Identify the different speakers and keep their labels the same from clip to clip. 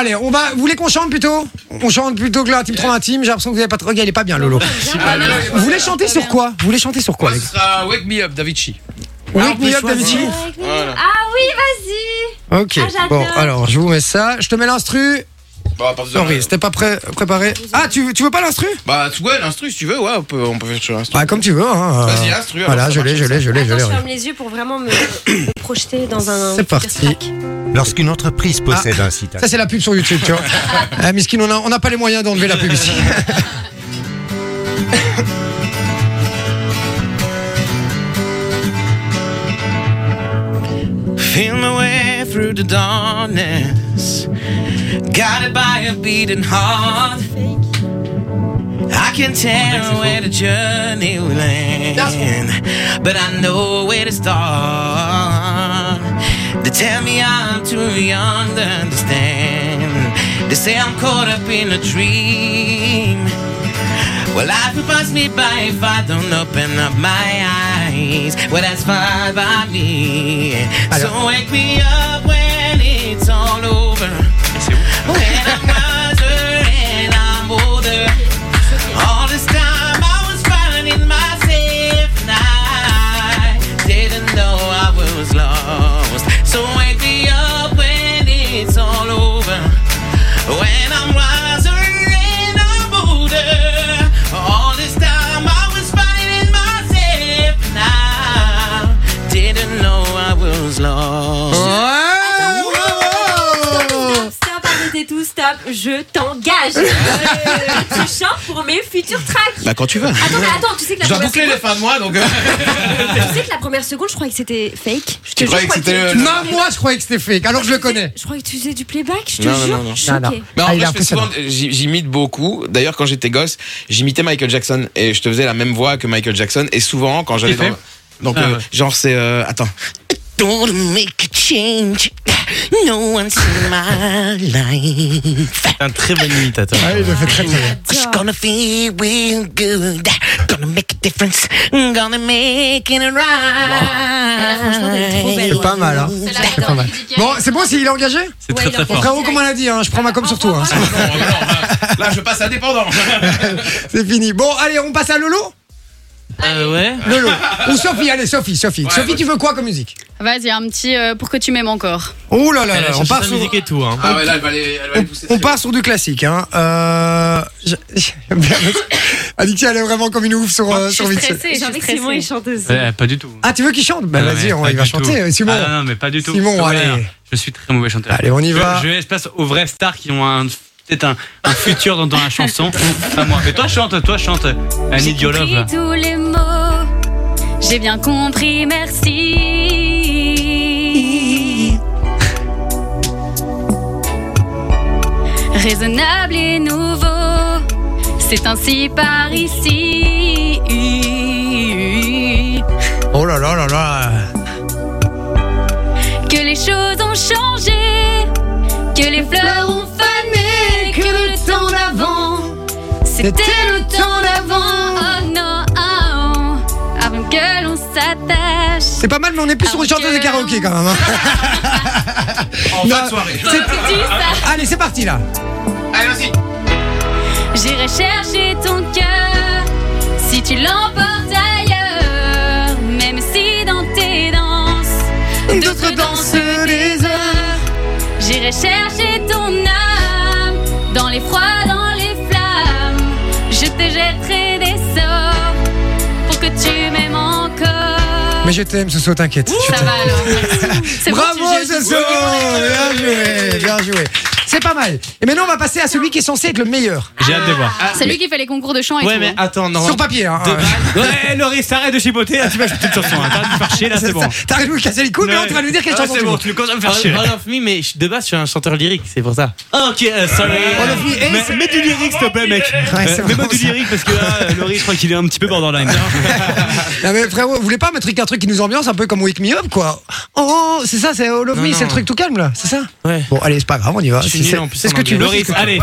Speaker 1: Allez, on va. Vous voulez qu'on chante plutôt On chante plutôt que la team trop intime. J'ai l'impression que vous n'avez pas trop. Regarde, il est pas bien, Lolo.
Speaker 2: Ah,
Speaker 1: Vous voulez chanter sur quoi Vous voulez chanter sur quoi,
Speaker 2: Moi,
Speaker 1: Alex
Speaker 2: ce sera Wake Me Up d'Avicii.
Speaker 1: Wake Me Up,
Speaker 2: choix,
Speaker 1: Davichi
Speaker 2: Voilà.
Speaker 3: Ah oui, vas-y
Speaker 1: Ok.
Speaker 3: Ah, j'adore.
Speaker 1: bon, alors je vous mets ça. Je te mets l'instru.
Speaker 2: Bah, à partir de-
Speaker 1: Sorry, c'était pas prêt, préparé. Ah, tu, tu veux pas l'instru
Speaker 2: Bah, ouais, l'instru, si tu veux, ouais, on peut, on peut faire sur l'instru.
Speaker 1: Bah comme tu veux. Hein.
Speaker 2: Vas-y, l'instru, alors,
Speaker 1: Voilà,
Speaker 2: ça
Speaker 1: je l'ai,
Speaker 2: marche
Speaker 1: je l'ai, je l'ai, je
Speaker 3: Attends,
Speaker 1: l'ai.
Speaker 3: je
Speaker 1: regarde.
Speaker 3: ferme les yeux pour vraiment me, me projeter dans un.
Speaker 1: C'est parti.
Speaker 3: futur track.
Speaker 4: Lorsqu'une entreprise possède un site
Speaker 1: Ça
Speaker 4: internet,
Speaker 1: c'est la pub sur YouTube, tu vois. Ah, Miskin, on a- on n'a pas les moyens d'enlever la pub ici.
Speaker 5: Feel my way through the darkness. Guided by a beating heart. I can tell where the journey will end. But I know where to start. They tell me I'm too young to understand. They say I'm caught up in a dream. Well, life will pass me by if I don't open up my eyes. Well, that's fine by me. So wake me up when it's all over. When I'm wiser and I'm older. All this time I was finding myself, and I didn't know I was lost. So wake me up when it's all over. When I'm wiser and I'm older, all this time I was fighting myself, and I didn't know I was lost.
Speaker 1: Eh, Ouais.
Speaker 3: Stop, stop, arrêtez tout, stop, je t'engage. Euh, je chante pour mes futurs tracks.
Speaker 2: Bah, quand tu veux.
Speaker 3: Attends, mais attends, tu sais que la
Speaker 2: Je dois
Speaker 3: première
Speaker 2: boucler
Speaker 3: seconde,
Speaker 2: les fins de mois, donc. euh,
Speaker 3: tu sais que la première seconde, je croyais que c'était fake. Je te
Speaker 2: Tu
Speaker 3: jure,
Speaker 2: croyais
Speaker 3: je
Speaker 2: que
Speaker 3: croyais
Speaker 2: c'était
Speaker 3: que-
Speaker 2: le-
Speaker 1: Non, moi je croyais que c'était fake. Alors je le connais.
Speaker 3: Je croyais que tu faisais du playback, je te
Speaker 2: Non, non,
Speaker 3: jure.
Speaker 2: non, non.
Speaker 3: je suis
Speaker 1: Non, non.
Speaker 3: choquée.
Speaker 2: Mais Bah, en
Speaker 1: Ah, il
Speaker 2: vrai,
Speaker 1: est
Speaker 2: je fais souvent, j'im- j'imite beaucoup. D'ailleurs, quand j'étais gosse, j'imitais Michael Jackson et je te faisais la même voix que Michael Jackson. Et souvent, quand j'allais dans. Donc,
Speaker 1: Ah,
Speaker 2: euh, genre, c'est. euh, attends.
Speaker 5: Don't make a change. No one's in my life.
Speaker 6: Un très bon imitateur.
Speaker 1: Ah, il le fait très très bien.
Speaker 5: It's gonna feel real good. Gonna make a difference. Gonna make it
Speaker 3: Franchement, elle est trop
Speaker 5: right.
Speaker 3: belle.
Speaker 1: C'est pas mal, hein. C'est pas mal. Bon, c'est bon s'il est engagé
Speaker 6: C'est
Speaker 3: Ouais,
Speaker 6: très
Speaker 3: il
Speaker 6: très
Speaker 3: a-
Speaker 6: fort.
Speaker 1: Frérot, comme on l'a dit, hein, je prends ma com sur tout. hein.
Speaker 2: Bon, alors, là, là, je passe indépendant.
Speaker 1: C'est fini. Bon, allez, on passe à Lolo
Speaker 6: Euh, ouais.
Speaker 1: Lolo. Ou Sophie, allez, Sophie, Sophie. Sophie, tu veux quoi comme musique
Speaker 7: Vas-y, un petit euh, pour que tu m'aimes encore.
Speaker 1: Oh là là,
Speaker 6: Elle
Speaker 1: là,
Speaker 6: a
Speaker 1: on
Speaker 6: cherché
Speaker 1: part
Speaker 6: sa
Speaker 1: sur,
Speaker 6: musique et tout. Hein.
Speaker 2: Ah ouais, là, elle va aller, elle va aller pousser.
Speaker 1: on part sur du classique. Hein. Euh, je- j'aime bien notre- Aditya, elle est vraiment comme une ouf sur, euh, sur Vinci.
Speaker 3: J'ai envie que Simon il chante aussi.
Speaker 6: Ouais, pas du tout.
Speaker 1: Ah, tu veux qu'il chante Bah
Speaker 6: Ah,
Speaker 1: vas-y,
Speaker 6: mais
Speaker 1: on-
Speaker 6: pas
Speaker 1: il va
Speaker 6: du
Speaker 1: chanter. euh,
Speaker 6: tout.
Speaker 1: Simon,
Speaker 6: Ah, non, non, mais pas du tout.
Speaker 1: Simon,
Speaker 6: Ouais,
Speaker 1: allez.
Speaker 6: Je suis très mauvais chanteur.
Speaker 1: Allez, on y
Speaker 6: Je-
Speaker 1: va.
Speaker 6: Je, laisse place aux vraies stars qui ont un peut-être un, un futur dans, dans la chanson. Pas moi. Mais toi chante, toi chante. Annie Diolov. là.
Speaker 7: tous les mots, j'ai bien compris, merci. Raisonnable et nouveau, c'est ainsi par ici.
Speaker 1: oh là là là là.
Speaker 7: Que les choses ont changé, que les fleurs ont fané, que le temps d'avant, c'était le temps d'avant. Oh non, ah, oh, avant que l'on s'attache.
Speaker 1: C'est pas mal, mais on est plus sur une
Speaker 7: Ah, ok.
Speaker 1: chanteuse de karaoké quand même. hein.
Speaker 2: En fin de soirée.
Speaker 7: C'est tout dit, ça.
Speaker 1: Allez, c'est parti là.
Speaker 2: Allez, vas-y.
Speaker 7: J'irai chercher ton cœur si tu l'emportes ailleurs, même si dans tes danses d'autres danses les heures. Ah, J'irai chercher ton âme dans les froids, dans les flammes. Je te jetterai des sorts pour que tu m'aimes encore.
Speaker 1: Mais je t'aime, Soso, t'inquiète. Je
Speaker 7: Ça
Speaker 1: t'aime.
Speaker 7: va alors. merci. C'est bon,
Speaker 1: Bravo,
Speaker 7: tu jettes.
Speaker 1: Soso Bien joué, bien joué. C'est pas mal. Et maintenant, on va passer à celui qui est censé être le meilleur.
Speaker 6: J'ai hâte de voir.
Speaker 7: C'est lui qui fait les concours de
Speaker 1: Ah,
Speaker 7: chant et
Speaker 6: Ouais
Speaker 7: tout.
Speaker 6: mais
Speaker 7: hein.
Speaker 6: attends non.
Speaker 1: Sur papier, hein.
Speaker 6: De base- Ouais Loris arrête de chipoter. Là tu vas chanter une chanson. hein. T'arrêtes de faire chier là c'est bon.
Speaker 1: T'arrives à nous casser les couilles, mais
Speaker 6: Ouais.
Speaker 1: on tu vas nous dire quelle
Speaker 6: Ouais,
Speaker 1: chanson
Speaker 6: C'est
Speaker 1: tu
Speaker 6: bon
Speaker 1: veux.
Speaker 6: tu le commences à me faire chier.
Speaker 8: Run of Me, mais je- de base, je suis un chanteur lyrique, c'est pour ça.
Speaker 6: Ah, ok euh, sorry.
Speaker 1: Run of Me, eh,
Speaker 6: Mais-
Speaker 1: c'est-
Speaker 6: Mets du lyrique s'il te plaît mec.
Speaker 1: Ouais, c'est
Speaker 6: Euh, Mets-moi
Speaker 1: vraiment
Speaker 6: du
Speaker 1: ça. Ah,
Speaker 6: lyrique parce que là Loris je crois qu'il est un petit peu borderline.
Speaker 1: Non mais frérot, vous voulez pas mettre un truc qui nous ambiance un peu comme Wake Me Up quoi Oh, c'est ça, c'est oh, Love Me, c'est le truc tout calme là, c'est ça
Speaker 8: Ouais.
Speaker 1: Bon allez, c'est pas grave, on y va.
Speaker 8: Je suis
Speaker 1: C'est-
Speaker 8: nul en
Speaker 1: C'est
Speaker 8: plus
Speaker 1: c'est ce
Speaker 8: en
Speaker 1: que tu veux.
Speaker 6: Loris
Speaker 1: c'est ce que-
Speaker 6: allez.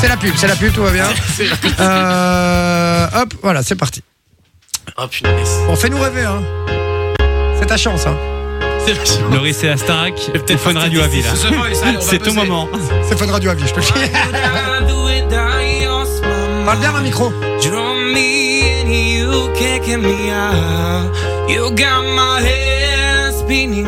Speaker 1: C'est la pub, c'est la pub, tout va bien. Euh, hop, voilà, c'est parti.
Speaker 8: Oh punaise.
Speaker 1: Bon, fais-nous rêver, hein. C'est ta chance, hein.
Speaker 6: Loris et Astarac,
Speaker 8: peut-être
Speaker 6: Fun Radio à vie là.
Speaker 2: The Voice, allez, on va
Speaker 6: C'est ton
Speaker 2: bosser.
Speaker 6: moment.
Speaker 1: C'est Fun Radio à vie, je peux le dire. Parle bien dans le micro.
Speaker 5: Draw me in, you kicking me out. You got my head spinning,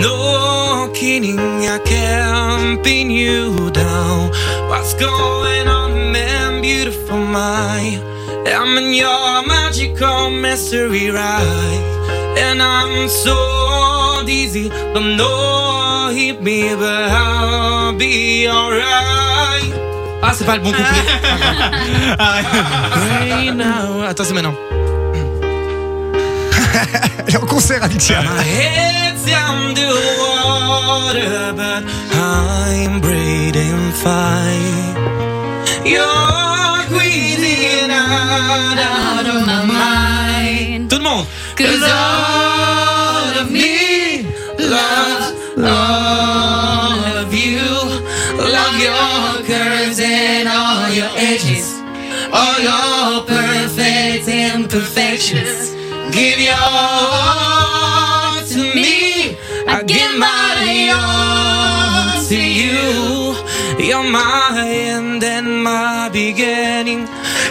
Speaker 5: no kidding. I can't pin you down. What's going on, man? Beautiful mind. I'm in your magical mystery ride, and I'm so dizzy, but no hit me, but I'll be alright.
Speaker 8: Ah, c'est pas le bon couplet. Right now. Attends, c'est maintenant.
Speaker 1: Elle est en concert, Alexia.
Speaker 5: My head's under water, but I'm breathing fine. You're squeezing out, out of my mind. Tout le monde. 'Cause all of me loves all of you. Love your curves and all your edges. All your perfect imperfections. Give your all to me. I give my all to you. You're my end and my beginning.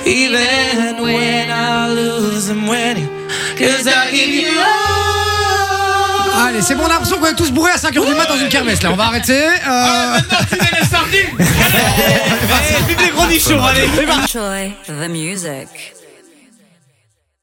Speaker 5: Even when I lose, I'm winning. Cause I give you all.
Speaker 1: Allez, c'est bon, on a l'impression qu'on est tous bourrés à 5h du mat dans une kermesse, là. On va arrêter. Euh...
Speaker 3: Enjoy the music.